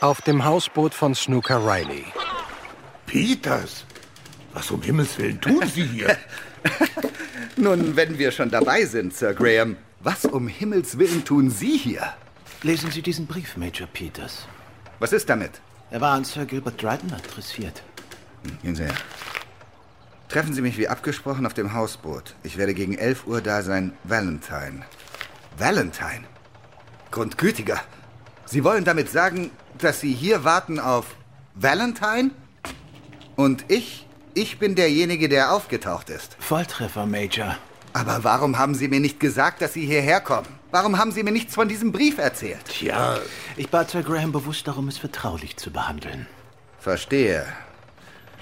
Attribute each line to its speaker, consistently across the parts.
Speaker 1: Auf dem Hausboot von Snooker Riley.
Speaker 2: Peters, was um Himmels Willen tun Sie hier?
Speaker 3: Nun, wenn wir schon dabei sind, Sir Graham, was um Himmels Willen tun Sie hier?
Speaker 4: Lesen Sie diesen Brief, Major Peters.
Speaker 3: Was ist damit?
Speaker 4: Er war an Sir Gilbert Dryden adressiert.
Speaker 3: Gehen Sie her. Treffen Sie mich wie abgesprochen auf dem Hausboot. Ich werde gegen 11 Uhr da sein. Valentine. Valentine? Grundgütiger. Sie wollen damit sagen, dass Sie hier warten auf Valentine? Und ich? Ich bin derjenige, der aufgetaucht ist.
Speaker 4: Volltreffer, Major.
Speaker 3: Aber warum haben Sie mir nicht gesagt, dass Sie hierher kommen? Warum haben Sie mir nichts von diesem Brief erzählt?
Speaker 4: Tja, ich bat Sir Graham bewusst darum, es vertraulich zu behandeln.
Speaker 3: Verstehe.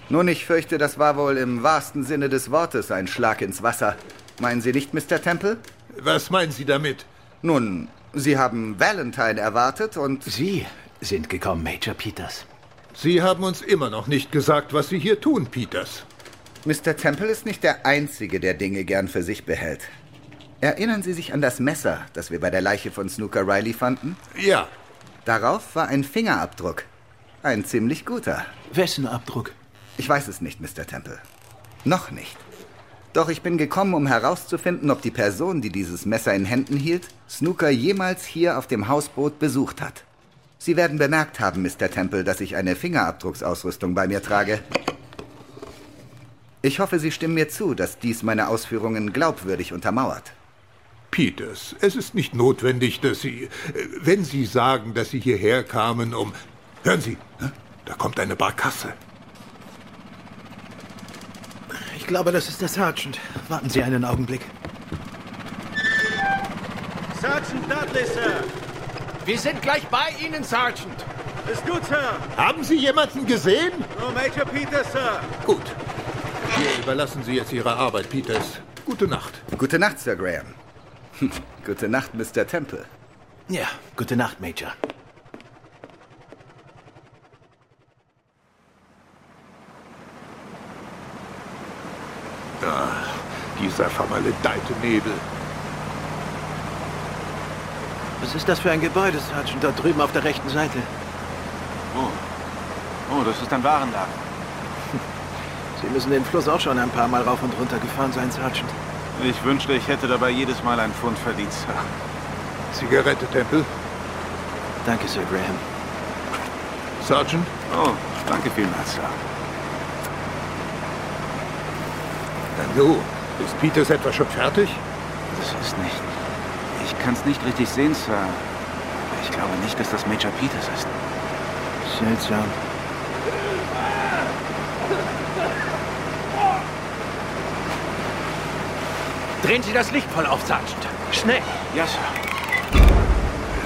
Speaker 3: Nun, ich fürchte, das war wohl im wahrsten Sinne des Wortes ein Schlag ins Wasser. Meinen Sie nicht, Mr. Temple?
Speaker 2: Was meinen Sie damit?
Speaker 3: Nun, Sie haben Valentine erwartet und...
Speaker 4: Sie sind gekommen, Major Peters.
Speaker 2: Sie haben uns immer noch nicht gesagt, was Sie hier tun, Peters.
Speaker 3: Mr. Temple ist nicht der Einzige, der Dinge gern für sich behält. Erinnern Sie sich an das Messer, das wir bei der Leiche von Snooker Riley fanden?
Speaker 2: Ja.
Speaker 3: Darauf war ein Fingerabdruck. Ein ziemlich guter.
Speaker 4: Wessen Abdruck?
Speaker 3: Ich weiß es nicht, Mr. Temple. Noch nicht. Doch ich bin gekommen, um herauszufinden, ob die Person, die dieses Messer in Händen hielt, Snooker jemals hier auf dem Hausboot besucht hat. Sie werden bemerkt haben, Mr. Temple, dass ich eine Fingerabdrucksausrüstung bei mir trage. Ich hoffe, Sie stimmen mir zu, dass dies meine Ausführungen glaubwürdig untermauert.
Speaker 2: Peters, es ist nicht notwendig, dass Sie... Wenn Sie sagen, dass Sie hierher kamen, um... Hören Sie, ne? da kommt eine Barkasse.
Speaker 4: Ich glaube, das ist der Sergeant. Warten Sie einen Augenblick.
Speaker 5: Sergeant Dudley, Sir.
Speaker 6: Wir sind gleich bei Ihnen, Sergeant.
Speaker 5: Ist gut, Sir.
Speaker 2: Haben Sie jemanden gesehen?
Speaker 5: Nur Oh, Major Peters, Sir.
Speaker 2: Gut. Wir überlassen Sie jetzt Ihre Arbeit, Peters. Gute Nacht.
Speaker 3: Gute Nacht, Sir Graham. Hm, Gute Nacht, Mr. Temple.
Speaker 4: Ja, gute Nacht, Major.
Speaker 2: Dieser vermaledeite Nebel.
Speaker 4: Was ist das für ein Gebäude, Sergeant, dort drüben auf der rechten Seite?
Speaker 6: Oh, oh das ist ein Warenlager.
Speaker 4: Sie müssen den Fluss auch schon ein paar Mal rauf und runter gefahren sein, Sergeant.
Speaker 6: Ich wünschte, ich hätte dabei jedes Mal einen Pfund verdient, Sir.
Speaker 2: Zigarette, Temple.
Speaker 4: Danke, Sir Graham.
Speaker 2: Sergeant?
Speaker 6: Oh, danke vielmals, Sir.
Speaker 2: Hallo. Ist Peters etwa schon fertig?
Speaker 6: Das ist nicht... Ich kann es nicht richtig sehen, Sir. Aber Ich glaube nicht, dass das Major Peters ist.
Speaker 4: Seltsam.
Speaker 7: Drehen Sie das Licht voll auf, Sergeant. Schnell.
Speaker 6: Ja, Sir.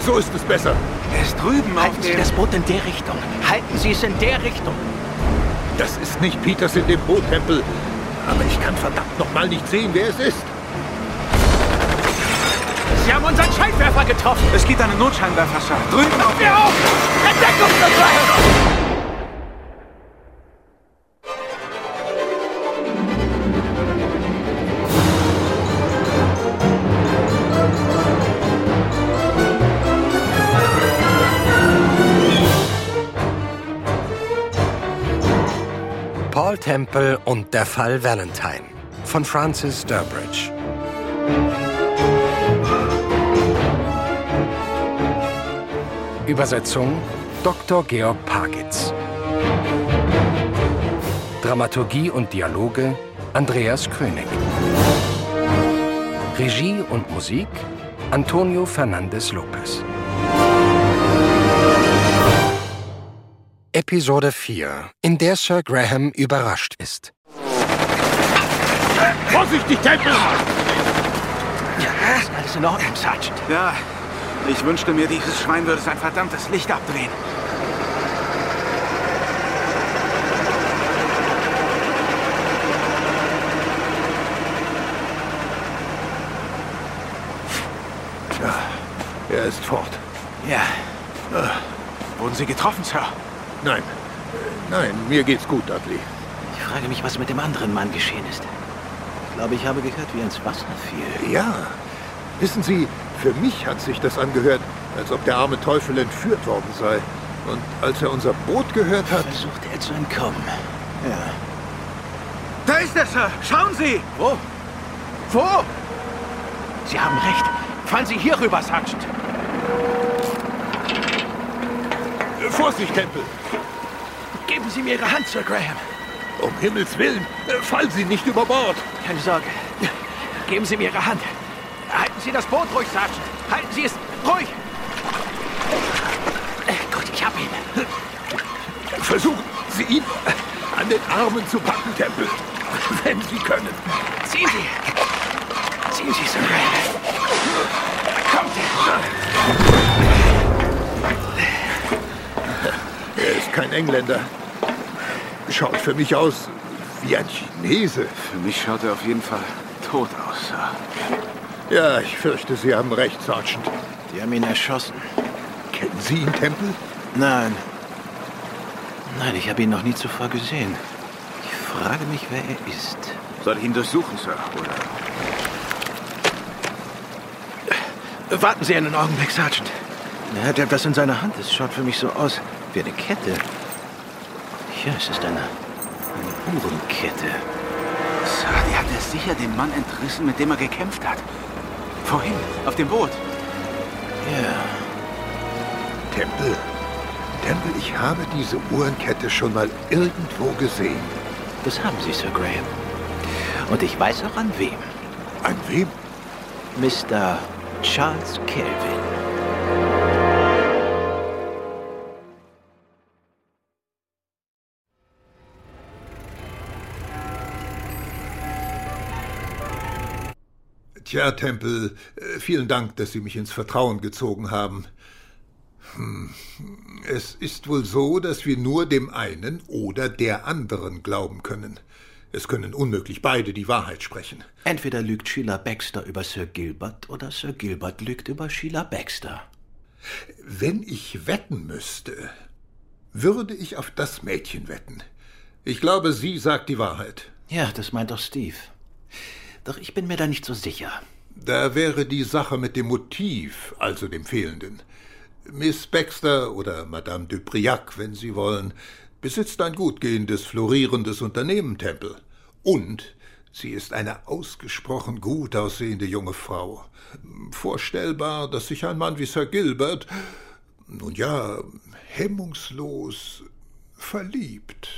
Speaker 2: So ist es besser.
Speaker 6: Er ist drüben
Speaker 7: Halten
Speaker 6: auf
Speaker 7: Sie
Speaker 6: dem...
Speaker 7: das Boot in der Richtung. Halten Sie es in der Richtung.
Speaker 2: Das ist nicht Peters in dem Boot, Temple. Aber ich kann verdammt nochmal nicht sehen, wer es ist.
Speaker 7: Sie haben unseren Scheinwerfer getroffen.
Speaker 6: Es gibt einen Notscheinwerfer, Sir. Drüben auf
Speaker 7: Wir auf! Entdeckungsverfahren!
Speaker 1: Paul Temple und der Fall Valentine von Francis Durbridge. Übersetzung Dr. Georg Pagitz. Dramaturgie und Dialoge Andreas König. Regie und Musik Antonio Fernandez Lopez. Episode 4, in der Sir Graham überrascht ist.
Speaker 2: Vorsichtig, Temple!
Speaker 7: Ist alles in Ordnung, Sergeant?
Speaker 6: Ja, ich wünschte mir, dieses Schwein würde sein verdammtes Licht abdrehen.
Speaker 2: Er ist fort.
Speaker 6: Ja. Äh, Wurden Sie getroffen, Sir?
Speaker 2: Nein. Äh, Nein, mir geht's gut, Dudley.
Speaker 4: Ich frage mich, was mit dem anderen Mann geschehen ist. Ich glaube, ich habe gehört, wie er ins Wasser fiel.
Speaker 2: Ja. Wissen Sie, für mich hat sich das angehört, als ob der arme Teufel entführt worden sei. Und als er unser Boot gehört hat,
Speaker 4: Versucht er zu entkommen. Ja.
Speaker 5: Da ist er, Sir. Schauen Sie.
Speaker 7: Wo? Wo? Sie haben recht. Fahren Sie hier rüber, Sergeant.
Speaker 2: Äh, Vorsicht, Tempel!
Speaker 7: Geben Sie mir Ihre Hand, Sir Graham.
Speaker 2: Um Himmels Willen, äh, fallen Sie nicht über Bord!
Speaker 7: Keine Sorge. Geben Sie mir Ihre Hand. Halten Sie das Boot ruhig, Sergeant. Halten Sie es ruhig. Gut, ich hab ihn.
Speaker 2: Versuchen Sie ihn an den Armen zu packen, Tempel, wenn Sie können.
Speaker 7: Ziehen Sie! Ziehen Sie, Sir Graham! Da kommt er!
Speaker 2: Er ist kein Engländer. Schaut für mich aus wie ein Chinese.
Speaker 6: Für mich schaut er auf jeden Fall tot aus, Sir.
Speaker 2: Ja, ich fürchte, Sie haben recht, Sergeant.
Speaker 4: Die haben ihn erschossen.
Speaker 2: Kennen Sie ihn, Tempel?
Speaker 4: Nein. Nein, ich habe ihn noch nie zuvor gesehen. Ich frage mich, wer er ist.
Speaker 6: Soll ich ihn durchsuchen, Sir? Oder
Speaker 7: Warten Sie einen Augenblick, Sergeant.
Speaker 4: Er hat etwas in seiner Hand. Es schaut für mich so aus wie eine Kette. Ja, es ist eine, eine Uhrenkette.
Speaker 6: Sir, die hat er sicher dem Mann entrissen, mit dem er gekämpft hat. Vorhin, auf dem Boot.
Speaker 4: Ja,
Speaker 2: Tempel. Tempel, ich habe diese Uhrenkette schon mal irgendwo gesehen.
Speaker 4: das haben Sie, Sir Graham. Und ich weiß auch an wem.
Speaker 2: An wem?
Speaker 4: Mr. Charles Kelvin.
Speaker 2: Tja, Tempel, äh, vielen Dank, dass Sie mich ins Vertrauen gezogen haben. Hm. Es ist wohl so, dass wir nur dem einen oder der anderen glauben können. Es können unmöglich beide die Wahrheit sprechen.
Speaker 4: Entweder lügt Sheila Baxter über Sir Gilbert oder Sir Gilbert lügt über Sheila Baxter.
Speaker 2: Wenn ich wetten müsste, würde ich auf das Mädchen wetten. Ich glaube, sie sagt die Wahrheit.
Speaker 4: Ja, das meint auch Steve. Doch ich bin mir da nicht so sicher.
Speaker 2: Da wäre die Sache mit dem Motiv, also dem Fehlenden. Miss Baxter oder Madame Dupriac, wenn Sie wollen, besitzt ein gut gehendes, florierendes Unternehmen, Tempel. Und sie ist eine ausgesprochen gut aussehende junge Frau. Vorstellbar, dass sich ein Mann wie Sir Gilbert, nun ja, hemmungslos verliebt.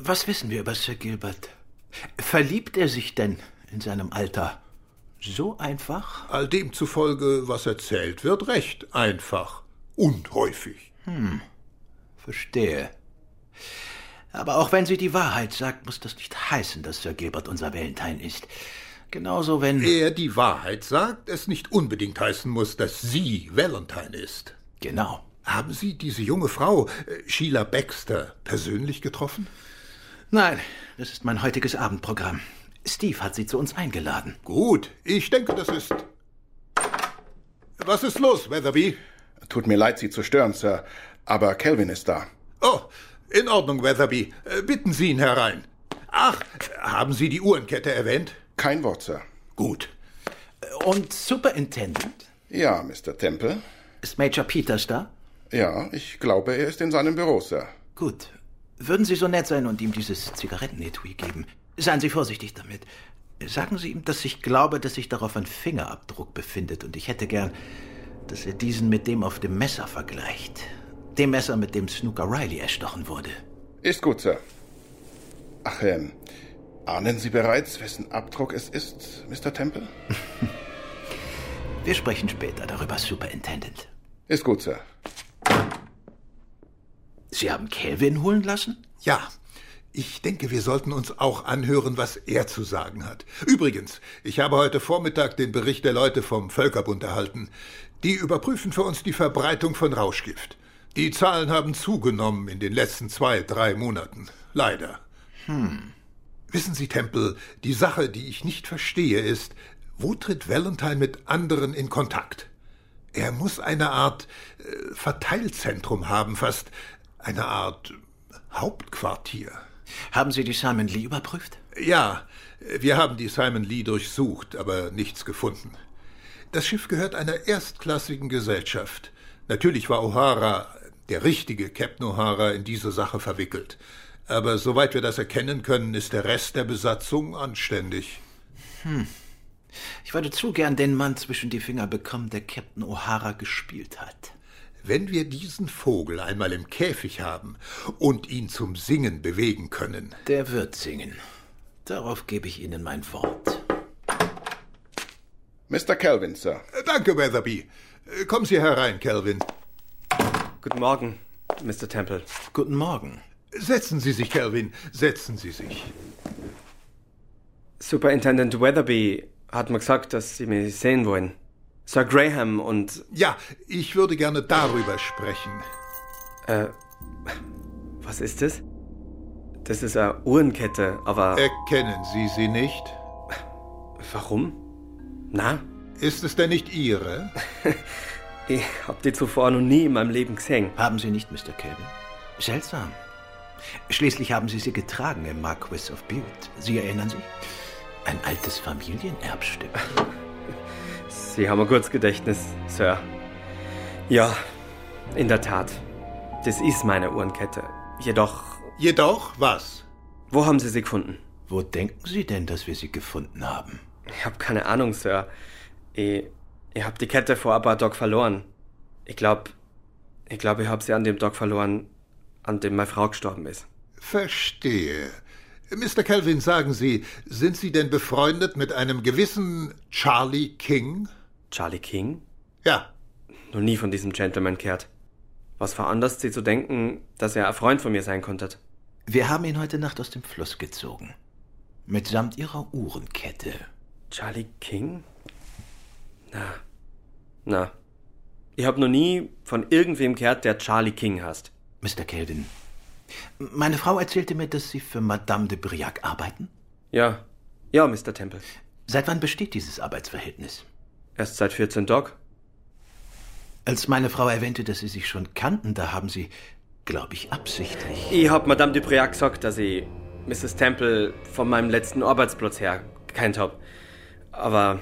Speaker 4: Was wissen wir über Sir Gilbert? Verliebt er sich denn in seinem Alter? So einfach?
Speaker 2: All dem zufolge, was erzählt wird, recht einfach und häufig.
Speaker 4: Verstehe. Aber auch wenn sie die Wahrheit sagt, muss das nicht heißen, dass Sir Gilbert unser Valentine ist. Genauso wenn.
Speaker 2: Er die Wahrheit sagt, es nicht unbedingt heißen muss, dass sie Valentine ist.
Speaker 4: Genau.
Speaker 2: Haben Sie diese junge Frau, äh, Sheila Baxter, persönlich getroffen?
Speaker 4: Nein, das ist mein heutiges Abendprogramm. Steve hat sie zu uns eingeladen.
Speaker 2: Gut, ich denke, das ist. Was ist los, Weatherby?
Speaker 8: Tut mir leid, Sie zu stören, Sir, aber Calvin ist da.
Speaker 2: Oh, in Ordnung, Weatherby. Äh, Bitten Sie ihn herein. Ach, haben Sie die Uhrenkette erwähnt?
Speaker 8: Kein Wort, Sir.
Speaker 2: Gut.
Speaker 4: Und Superintendent?
Speaker 8: Ja, Mr. Temple.
Speaker 4: Ist Major Peters da?
Speaker 8: Ja, ich glaube, er ist in seinem Büro, Sir.
Speaker 4: Gut. Würden Sie so nett sein und ihm dieses Zigarettenetui geben? Seien Sie vorsichtig damit. Sagen Sie ihm, dass ich glaube, dass sich darauf ein Fingerabdruck befindet und ich hätte gern, dass er diesen mit dem auf dem Messer vergleicht. Dem Messer, mit dem Snooker Riley erstochen wurde.
Speaker 8: Ist gut, Sir. Ach, ähm, ahnen Sie bereits, wessen Abdruck es ist, Mr. Temple?
Speaker 4: Wir sprechen später darüber, Superintendent.
Speaker 8: Ist gut, Sir.
Speaker 4: Sie haben Calvin holen lassen?
Speaker 2: Ja, ich denke, wir sollten uns auch anhören, was er zu sagen hat. Übrigens, ich habe heute Vormittag den Bericht der Leute vom Völkerbund erhalten. Die überprüfen für uns die Verbreitung von Rauschgift. Die Zahlen haben zugenommen in den letzten zwei, drei Monaten. Leider. Hm. Wissen Sie, Temple, die Sache, die ich nicht verstehe, ist, wo tritt Valentine mit anderen in Kontakt? Er muss eine Art äh, Verteilzentrum haben, fast eine Art Hauptquartier.
Speaker 4: Haben Sie die Simon Lee überprüft?
Speaker 2: Ja, wir haben die Simon Lee durchsucht, aber nichts gefunden. Das Schiff gehört einer erstklassigen Gesellschaft. Natürlich war O'Hara der richtige Captain O'Hara, in diese Sache verwickelt. Aber soweit wir das erkennen können, ist der Rest der Besatzung anständig.
Speaker 4: Ich würde zu gern den Mann zwischen die Finger bekommen, der Captain O'Hara gespielt hat.
Speaker 2: Wenn wir diesen Vogel einmal im Käfig haben und ihn zum Singen bewegen können.
Speaker 4: Der wird singen. Darauf gebe ich Ihnen mein Wort.
Speaker 8: Mr. Calvin, Sir.
Speaker 2: Äh, Danke, Weatherby. Äh, Kommen Sie herein, Calvin.
Speaker 9: Guten Morgen, Mr. Temple.
Speaker 4: Guten Morgen.
Speaker 2: Setzen Sie sich, Calvin. Setzen Sie sich.
Speaker 9: Superintendent Weatherby hat mir gesagt, dass Sie mich sehen wollen. Sir Graham und...
Speaker 2: Ja, ich würde gerne darüber sprechen.
Speaker 9: Was ist das? Das ist eine Uhrenkette, aber...
Speaker 2: Äh. Erkennen Sie sie nicht?
Speaker 9: warum? Na,
Speaker 2: Ist es denn nicht Ihre?
Speaker 9: ich hab die zuvor noch nie in meinem Leben gesehen.
Speaker 4: Haben Sie nicht, Mr. Kelvin? Seltsam. Schließlich haben Sie sie getragen im Marquis of Bute. Sie erinnern sich? Ein altes Familienerbstück.
Speaker 9: Sie haben ein gutes Gedächtnis, Sir. Ja, in der Tat. Das ist meine Uhrenkette. Jedoch,
Speaker 2: Jedoch was?
Speaker 9: wo haben Sie sie gefunden?
Speaker 4: Wo denken Sie denn, dass wir sie gefunden haben?
Speaker 9: Ich hab keine Ahnung, Sir. Ich, ich hab die Kette vor ein paar Tag verloren. Ich glaub, ich glaube, ich hab sie an dem Tag verloren, an dem meine Frau gestorben ist.
Speaker 2: Verstehe. Mr. Calvin, sagen Sie, sind Sie denn befreundet mit einem gewissen Charlie King?
Speaker 9: Charlie King?
Speaker 2: Ja,
Speaker 9: Noch nie von diesem Gentleman kehrt. Was veranlasst Sie zu denken, dass er ein Freund von mir sein konnte?
Speaker 4: Wir haben ihn heute Nacht aus dem Fluss gezogen. Mitsamt Ihrer Uhrenkette.
Speaker 9: Charlie King? Na, na. Ich hab noch nie von irgendwem gehört, der Charlie King heißt.
Speaker 4: Mr. Kelvin, meine Frau erzählte mir, dass Sie für Madame de Briac arbeiten.
Speaker 9: Ja, ja, Mr. Temple.
Speaker 4: Seit wann besteht dieses Arbeitsverhältnis?
Speaker 9: Erst seit 14 Tagen.
Speaker 4: Als meine Frau erwähnte, dass Sie sich schon kannten, da haben Sie, glaube ich, absichtlich.
Speaker 9: Ich hab Madame Dupriac gesagt, dass ich Mrs. Temple von meinem letzten Arbeitsplatz her kennt hab. Aber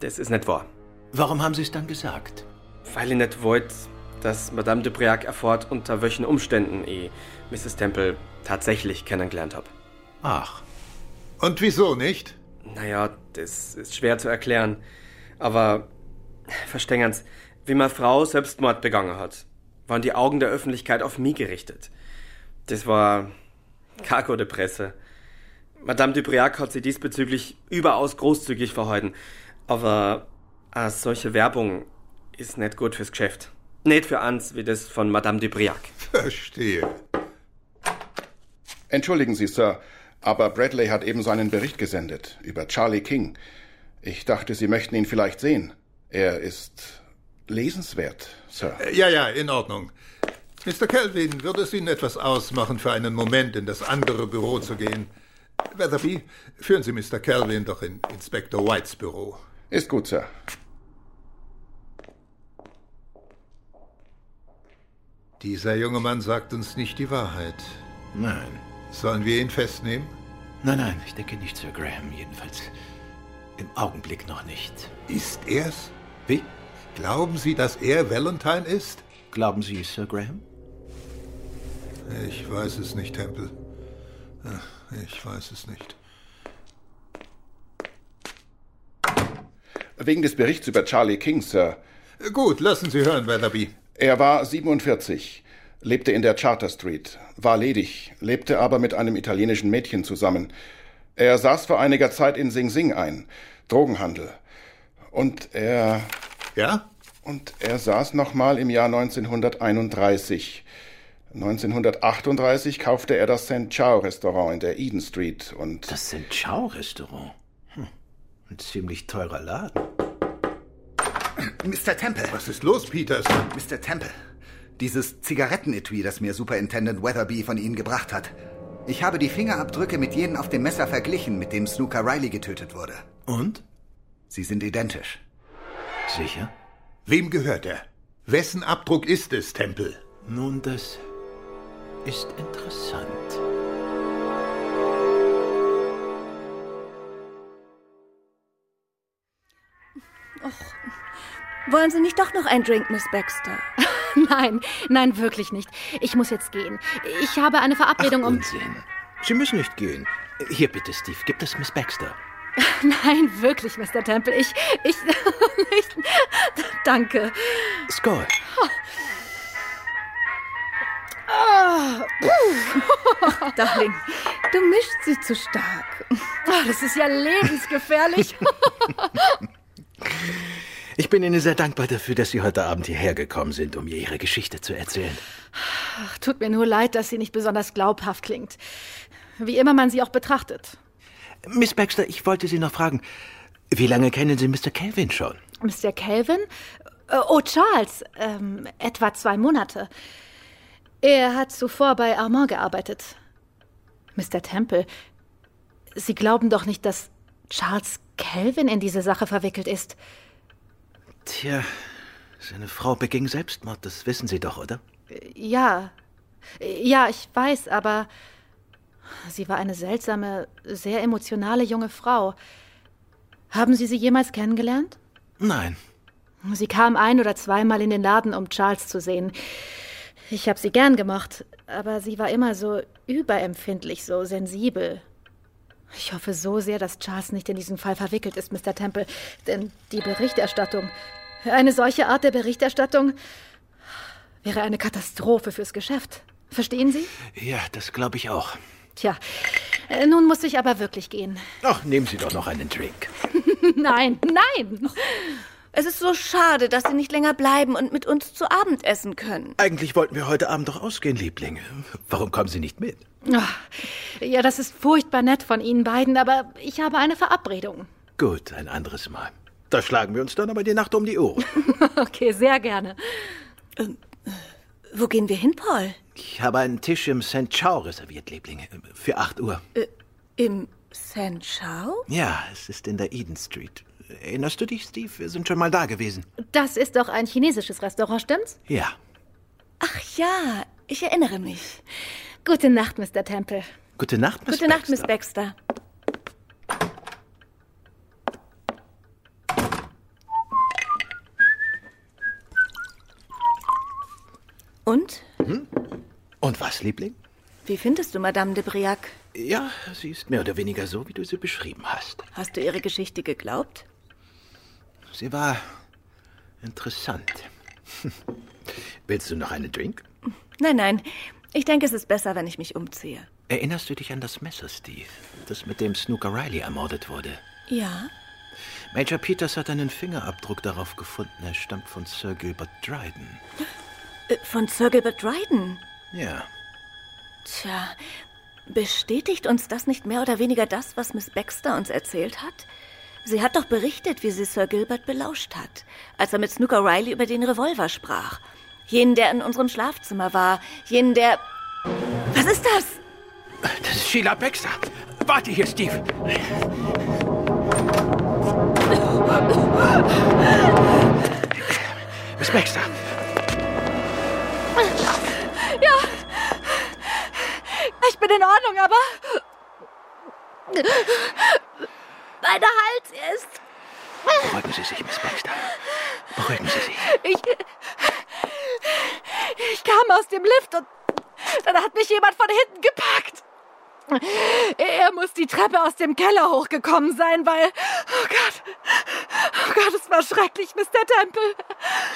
Speaker 9: das ist nicht wahr.
Speaker 4: Warum haben Sie es dann gesagt?
Speaker 9: Weil ich nicht wollte, dass Madame Dupriac erfährt, unter welchen Umständen ich Mrs. Temple tatsächlich kennengelernt hab.
Speaker 4: Ach,
Speaker 2: und wieso nicht?
Speaker 9: Naja, das ist schwer zu erklären. Aber verstängerns, wie meine Frau Selbstmord begangen hat, waren die Augen der Öffentlichkeit auf mich gerichtet. Das war Kako de Presse. Madame Dubriac hat sie diesbezüglich überaus großzügig verheuden. Aber eine solche Werbung ist nicht gut fürs Geschäft. Nicht für ans wie das von Madame Dubriac.
Speaker 2: Verstehe.
Speaker 8: Entschuldigen Sie, Sir, aber Bradley hat eben seinen Bericht gesendet über Charlie King. Ich dachte, Sie möchten ihn vielleicht sehen. Er ist lesenswert, Sir.
Speaker 2: Ja, ja, in Ordnung. Mr. Calvin, würde es Ihnen etwas ausmachen, für einen Moment in das andere Büro zu gehen? Weatherby, führen Sie Mr. Calvin doch in Inspector Whites Büro.
Speaker 8: Ist gut, Sir.
Speaker 2: Dieser junge Mann sagt uns nicht die Wahrheit.
Speaker 4: nein.
Speaker 2: Sollen wir ihn festnehmen?
Speaker 4: Nein, nein, ich denke nicht, Sir Graham. Jedenfalls im Augenblick noch nicht.
Speaker 2: Ist er's?
Speaker 4: Wie?
Speaker 2: Glauben Sie, dass er Valentine ist?
Speaker 4: Glauben Sie, Sir Graham?
Speaker 2: Ich weiß es nicht, Temple. Ach, Ich weiß es nicht.
Speaker 8: Wegen des Berichts über Charlie King, Sir.
Speaker 2: Gut, lassen Sie hören, Weatherby.
Speaker 8: Er war 47, lebte in der Charter Street, war ledig, lebte aber mit einem italienischen Mädchen zusammen. Er saß vor einiger Zeit in Sing Sing ein, Drogenhandel. Und er
Speaker 2: Ja?
Speaker 8: Und er saß nochmal im Jahr 1931. 1938 kaufte er das St. Chao Restaurant in der Eden Street und
Speaker 4: Das St. Chao-Restaurant. Hm. Ein ziemlich teurer Laden.
Speaker 3: Mr. Temple,
Speaker 2: Was ist los, Peters?
Speaker 3: Mr. Temple. Dieses Zigarettenetui, das mir Superintendent Weatherby von Ihnen gebracht hat. Ich habe die Fingerabdrücke mit jenen auf dem Messer verglichen, mit dem Snooker Riley getötet wurde.
Speaker 4: Und?
Speaker 3: Sie sind identisch.
Speaker 4: Sicher?
Speaker 2: Wem gehört er? Wessen Abdruck ist es, Temple?
Speaker 4: Nun, das ist interessant.
Speaker 10: Wollen Sie nicht doch noch einen Drink, Miss Baxter? Nein, nein, wirklich nicht. Ich muss jetzt gehen. Ich habe eine Verabredung
Speaker 4: Ach,
Speaker 10: um.
Speaker 4: Unsinn. Sie müssen nicht gehen. Hier bitte, Steve, gib das Miss Baxter.
Speaker 10: Nein, wirklich, Mr. Temple. Ich. Ich. ich danke.
Speaker 4: Skull.
Speaker 11: Ah, puh. Darling, du mischst sie zu stark. Ah, das ist ja lebensgefährlich.
Speaker 4: Ich bin Ihnen sehr dankbar dafür, dass Sie heute Abend hierher gekommen sind, um mir Ihre Geschichte zu erzählen.
Speaker 10: Ach, tut mir nur leid, dass sie nicht besonders glaubhaft klingt. Wie immer man sie auch betrachtet.
Speaker 4: Miss Baxter, ich wollte Sie noch fragen, wie lange kennen Sie Mr. Kelvin schon?
Speaker 10: Mr. Calvin? Äh, Oh, Charles. Ähm, etwa zwei Monate. Er hat zuvor bei Armand gearbeitet. Mr. Temple, Sie glauben doch nicht, dass Charles Calvin in diese Sache verwickelt ist.
Speaker 4: Tja, seine Frau beging Selbstmord, das wissen Sie doch, oder?
Speaker 10: Ja. Ja, ich weiß, aber sie war eine seltsame, sehr emotionale junge Frau. Haben Sie sie jemals kennengelernt?
Speaker 4: Nein.
Speaker 10: Sie kam ein oder zweimal in den Laden, um Charles zu sehen. Ich habe sie gern gemacht, aber sie war immer so überempfindlich, so sensibel. Ich hoffe so sehr, dass Charles nicht in diesen Fall verwickelt ist, Mr. Temple, denn die Berichterstattung, eine solche Art der Berichterstattung wäre eine Katastrophe fürs Geschäft. Verstehen Sie?
Speaker 4: Ja, das glaube ich auch.
Speaker 10: Tja, äh, nun muss ich aber wirklich gehen.
Speaker 4: Ach, nehmen Sie doch noch einen Drink.
Speaker 10: nein, nein.
Speaker 11: Es ist so schade, dass sie nicht länger bleiben und mit uns zu Abend essen können.
Speaker 4: Eigentlich wollten wir heute Abend doch ausgehen, Liebling. Warum kommen Sie nicht mit?
Speaker 10: Ach, ja, das ist furchtbar nett von Ihnen beiden, aber ich habe eine Verabredung.
Speaker 4: Gut, ein anderes Mal. Da schlagen wir uns dann aber die Nacht um die Ohren.
Speaker 10: Okay, sehr gerne.
Speaker 11: Wo gehen wir hin, Paul?
Speaker 4: Ich habe einen Tisch im St. Chao reserviert, Liebling, für 8 Uhr.
Speaker 11: Im San Chao?
Speaker 4: Ja, es ist in der Eden Street. Erinnerst du dich, Steve? Wir sind schon mal da gewesen.
Speaker 10: Das ist doch ein chinesisches Restaurant, stimmt's?
Speaker 4: Ja.
Speaker 11: Ach ja, ich erinnere mich.
Speaker 10: Gute Nacht, Mr. Temple.
Speaker 4: Gute Nacht, Miss
Speaker 11: Gute Nacht, Miss Baxter. Und?
Speaker 4: Und was, Liebling?
Speaker 11: Wie findest du Madame de Briac?
Speaker 4: Ja, sie ist mehr oder weniger so, wie du sie beschrieben hast.
Speaker 11: Hast du ihre Geschichte geglaubt?
Speaker 4: Sie war interessant. Willst du noch einen Drink?
Speaker 11: Nein, nein. Ich denke, es ist besser, wenn ich mich umziehe.
Speaker 4: Erinnerst du dich an das Messer, Steve, das mit dem Snooker Riley ermordet wurde?
Speaker 11: Ja.
Speaker 4: Major Peters hat einen Fingerabdruck darauf gefunden. Er stammt von Sir Gilbert Dryden.
Speaker 11: Äh, Von Sir Gilbert Dryden?
Speaker 4: Ja.
Speaker 11: Tja, bestätigt uns das nicht mehr oder weniger das, was Miss Baxter uns erzählt hat? Sie hat doch berichtet, wie sie Sir Gilbert belauscht hat, als er mit Snooker Riley über den Revolver sprach. Jenen, der in unserem Schlafzimmer war, jenen, der... Was ist das?
Speaker 7: Das ist Sheila Baxter. Warte hier, Steve.
Speaker 4: Miss Baxter!
Speaker 11: Ja,
Speaker 10: ich bin in Ordnung, aber...
Speaker 11: Mein Hals, er ist...
Speaker 4: Beruhigen Sie sich, Miss Baxter. Beruhigen Sie sich.
Speaker 10: Ich... Ich kam aus dem Lift und dann hat mich jemand von hinten gepackt. Er muss die Treppe aus dem Keller hochgekommen sein, weil... Oh Gott. Oh Gott, es war schrecklich, Mr. Temple.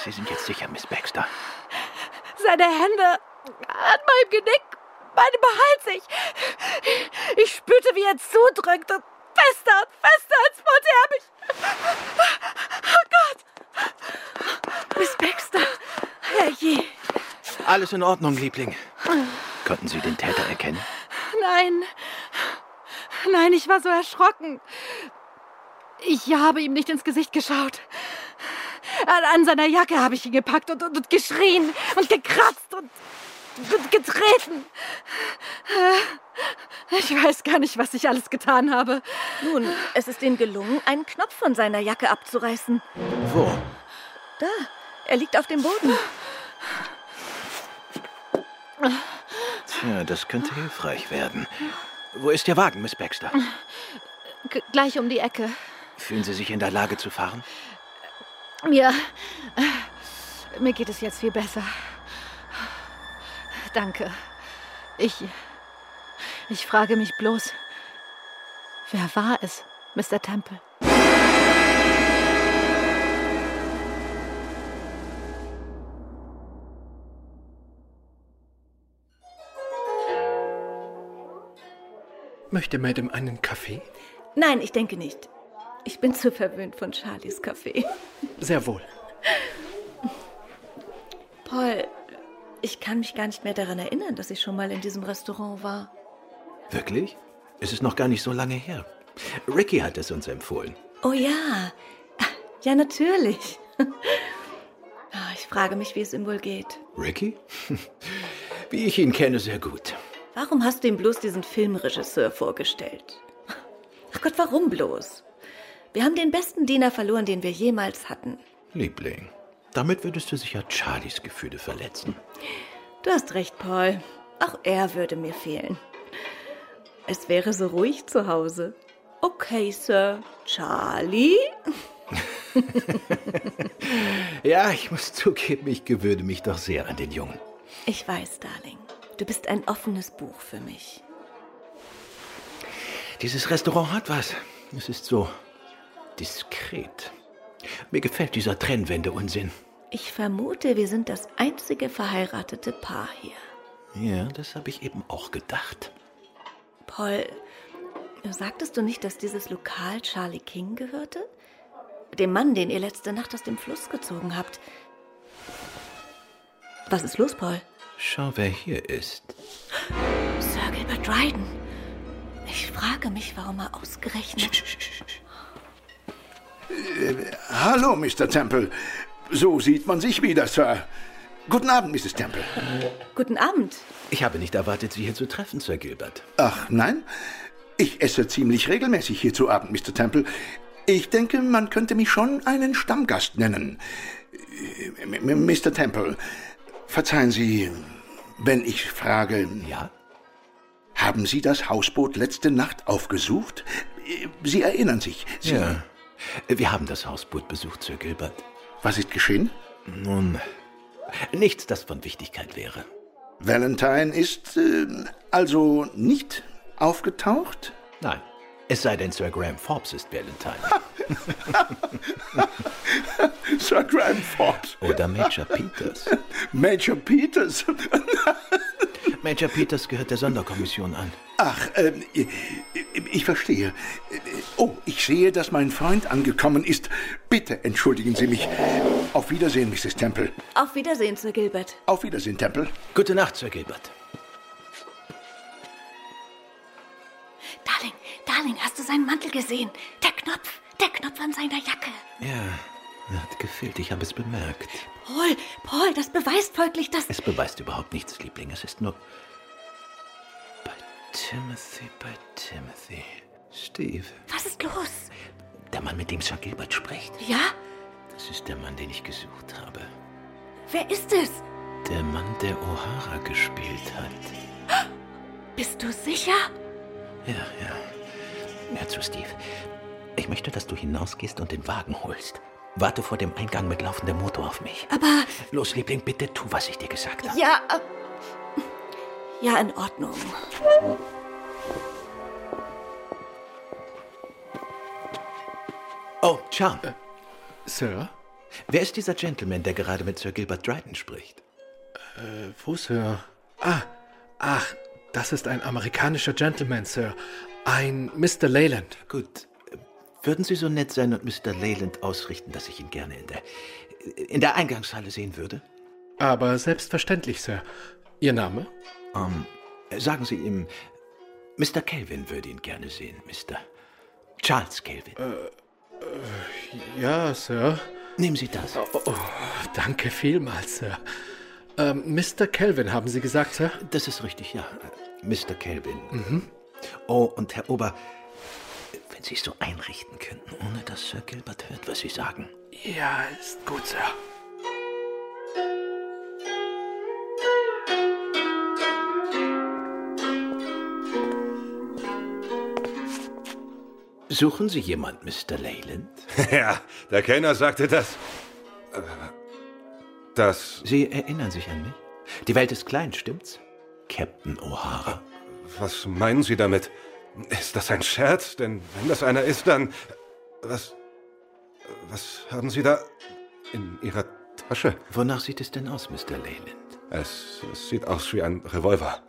Speaker 4: Sie sind jetzt sicher, Miss Baxter.
Speaker 10: Seine Hände an meinem Genick, meinem Hals. Ich, ich spürte, wie er zudrückt und fester und fester, als wollte er mich. Oh Gott! Miss Baxter, herrje.
Speaker 4: Alles in Ordnung, Liebling. Konnten Sie den Täter erkennen?
Speaker 10: Nein, nein, ich war so erschrocken. Ich habe ihm nicht ins Gesicht geschaut. An, an seiner Jacke habe ich ihn gepackt und, und, und geschrien und gekratzt und, und getreten. Äh, Ich weiß gar nicht, was ich alles getan habe.
Speaker 11: Nun, es ist ihm gelungen, einen Knopf von seiner Jacke abzureißen.
Speaker 4: Wo?
Speaker 11: Da, er liegt auf dem Boden.
Speaker 4: Tja, das könnte hilfreich werden. Wo ist Ihr Wagen, Miss Baxter?
Speaker 10: G gleich um die Ecke.
Speaker 4: Fühlen Sie sich in der Lage zu fahren?
Speaker 10: Mir.
Speaker 12: Mir geht es jetzt viel besser. Danke. Ich. Ich frage mich bloß, wer war es, Mr. Temple?
Speaker 1: Möchte Madame einen Kaffee?
Speaker 10: Nein, ich denke nicht. Ich bin zu verwöhnt von Charlies Kaffee.
Speaker 1: Sehr wohl.
Speaker 10: Paul, ich kann mich gar nicht mehr daran erinnern, dass ich schon mal in diesem Restaurant war.
Speaker 4: Wirklich? Es ist noch gar nicht so lange her. Ricky hat es uns empfohlen.
Speaker 10: Oh ja. Ja, natürlich. Ah, Ich frage mich, wie es ihm wohl geht.
Speaker 4: Ricky? Wie ich ihn kenne, sehr gut.
Speaker 10: Warum hast du ihm bloß diesen Filmregisseur vorgestellt? Ach Gott, warum bloß? Wir haben den besten Diener verloren, den wir jemals hatten.
Speaker 4: Liebling, damit würdest du sicher Charlies Gefühle verletzen.
Speaker 10: Du hast recht, Paul. Auch er würde mir fehlen. Es wäre so ruhig zu Hause. Okay, Sir. Charlie?
Speaker 4: Ja, ich muss zugeben, ich gewöhne mich doch sehr an den Jungen.
Speaker 10: Ich weiß, Darling. Du bist ein offenes Buch für mich.
Speaker 4: Dieses Restaurant hat was. Es ist so diskret. Mir gefällt dieser Trennwände-Unsinn.
Speaker 10: Ich vermute, wir sind das einzige verheiratete Paar hier.
Speaker 4: Ja, das habe ich eben auch gedacht.
Speaker 10: Paul, sagtest du nicht, dass dieses Lokal Charlie King gehörte? Dem Mann, den ihr letzte Nacht aus dem Fluss gezogen habt. Was ist los, Paul?
Speaker 4: Schau, wer hier ist.
Speaker 10: Sir Gilbert Dryden. Ich frage mich, warum er ausgerechnet.
Speaker 3: Äh, hallo, Mr. Temple. So sieht man sich wieder, Sir. Guten Abend, Mrs. Temple.
Speaker 10: Guten Abend.
Speaker 4: Ich habe nicht erwartet, Sie hier zu treffen, Sir Gilbert.
Speaker 3: Ach, nein? Ich esse ziemlich regelmäßig hier zu Abend, Mr. Temple. Ich denke, man könnte mich schon einen Stammgast nennen. Äh, M- M- Mr. Temple, verzeihen Sie, wenn ich frage.
Speaker 4: Ja?
Speaker 3: Haben Sie das Hausboot letzte Nacht aufgesucht? Äh, Sie erinnern sich. Sie
Speaker 4: Ja. Wir haben das Hausboot besucht, Sir Gilbert.
Speaker 3: Was ist geschehen?
Speaker 4: Nun, nichts, das von Wichtigkeit wäre.
Speaker 3: Valentine ist äh, also nicht aufgetaucht?
Speaker 4: Nein. Es sei denn, Sir Graham Forbes ist Valentine.
Speaker 3: Sir Graham Forbes.
Speaker 4: Oder Major Peters.
Speaker 3: Major Peters?
Speaker 4: Major Peters gehört der Sonderkommission an.
Speaker 3: Ach, ähm, ich- ich verstehe. Oh, ich sehe, dass mein Freund angekommen ist. Bitte entschuldigen Sie mich. Auf Wiedersehen, Mrs. Temple.
Speaker 10: Auf Wiedersehen, Sir Gilbert.
Speaker 3: Auf Wiedersehen, Temple.
Speaker 4: Gute Nacht, Sir Gilbert.
Speaker 10: Darling, Darling, hast du seinen Mantel gesehen? Der Knopf, der Knopf an seiner Jacke.
Speaker 4: Ja, er hat gefehlt, ich habe es bemerkt.
Speaker 10: Paul, Paul, das beweist folglich, dass.
Speaker 4: Es beweist überhaupt nichts, Liebling. Es ist nur. Bei Timothy, bei Timothy. Steve,
Speaker 10: Was ist los?
Speaker 4: der Mann, mit dem Sir Gilbert spricht,
Speaker 10: Ja?
Speaker 4: das ist der Mann, den ich gesucht habe.
Speaker 10: Wer ist es?
Speaker 4: Der Mann, der O'Hara gespielt hat.
Speaker 10: Bist du sicher?
Speaker 4: Ja, ja. Hör zu, Steve. Ich möchte, dass du hinausgehst und den Wagen holst. Warte vor dem Eingang mit laufendem Motor auf mich.
Speaker 10: Aber.
Speaker 4: Los, Liebling, bitte tu, was ich dir gesagt habe.
Speaker 10: Ja. äh, Ja, in Ordnung.
Speaker 4: Oh, Charm.
Speaker 1: Sir?
Speaker 4: Wer ist dieser Gentleman, der gerade mit Sir Gilbert Dryden spricht?
Speaker 1: Äh, wo, Sir? Ah, ach, das ist ein amerikanischer Gentleman, Sir. Ein Mr. Leyland.
Speaker 4: Gut. äh, Würden Sie so nett sein und Mr. Leyland ausrichten, dass ich ihn gerne in der, in der Eingangshalle sehen würde?
Speaker 1: Aber selbstverständlich, Sir. Ihr Name?
Speaker 4: Ähm, sagen Sie ihm, Mr. Kelvin würde ihn gerne sehen, Mr. Charles Kelvin. äh,
Speaker 1: Ja, Sir.
Speaker 4: Nehmen Sie das.
Speaker 1: Oh, oh, danke vielmals, Sir. Ähm, Mr. Kelvin, haben Sie gesagt, Sir?
Speaker 4: Das ist richtig, ja. Mr. Kelvin.
Speaker 1: Mhm.
Speaker 4: Oh, und Herr Ober, wenn Sie es so einrichten könnten, ohne dass Sir Gilbert hört, was Sie sagen.
Speaker 1: Ja, ist gut, Sir.
Speaker 4: Suchen Sie jemand, Mr. Leyland?
Speaker 8: Ja, der Kellner sagte das.
Speaker 6: Das.
Speaker 4: Sie erinnern sich an mich? Die Welt ist klein, stimmt's? Captain O'Hara.
Speaker 6: Was meinen Sie damit? Ist das ein Scherz? Denn wenn das einer ist, dann. Was. Was haben Sie da in Ihrer Tasche?
Speaker 4: Wonach sieht es denn aus, Mr. Leyland?
Speaker 6: Es, es sieht aus wie ein Revolver.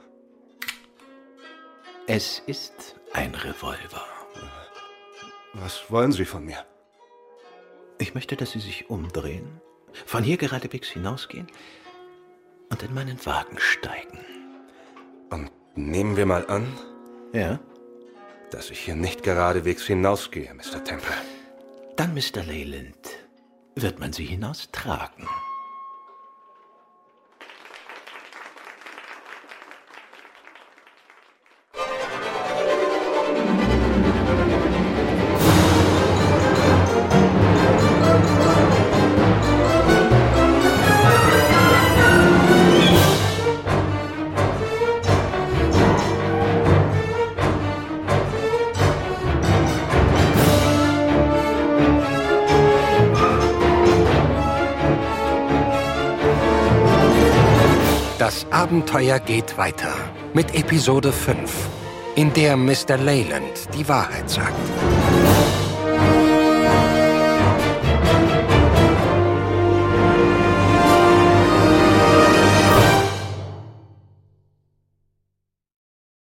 Speaker 4: Es ist ein Revolver.
Speaker 6: Was wollen Sie von mir?
Speaker 4: Ich möchte, dass Sie sich umdrehen, von hier geradewegs hinausgehen und in meinen Wagen steigen.
Speaker 6: Und nehmen wir mal an,
Speaker 4: Ja?
Speaker 6: dass ich hier nicht geradewegs hinausgehe, Mr. Temple.
Speaker 4: Dann, Mr. Leyland, wird man Sie hinaustragen.
Speaker 1: Das Abenteuer geht weiter mit Episode 5, in der Mr. Leyland die Wahrheit sagt.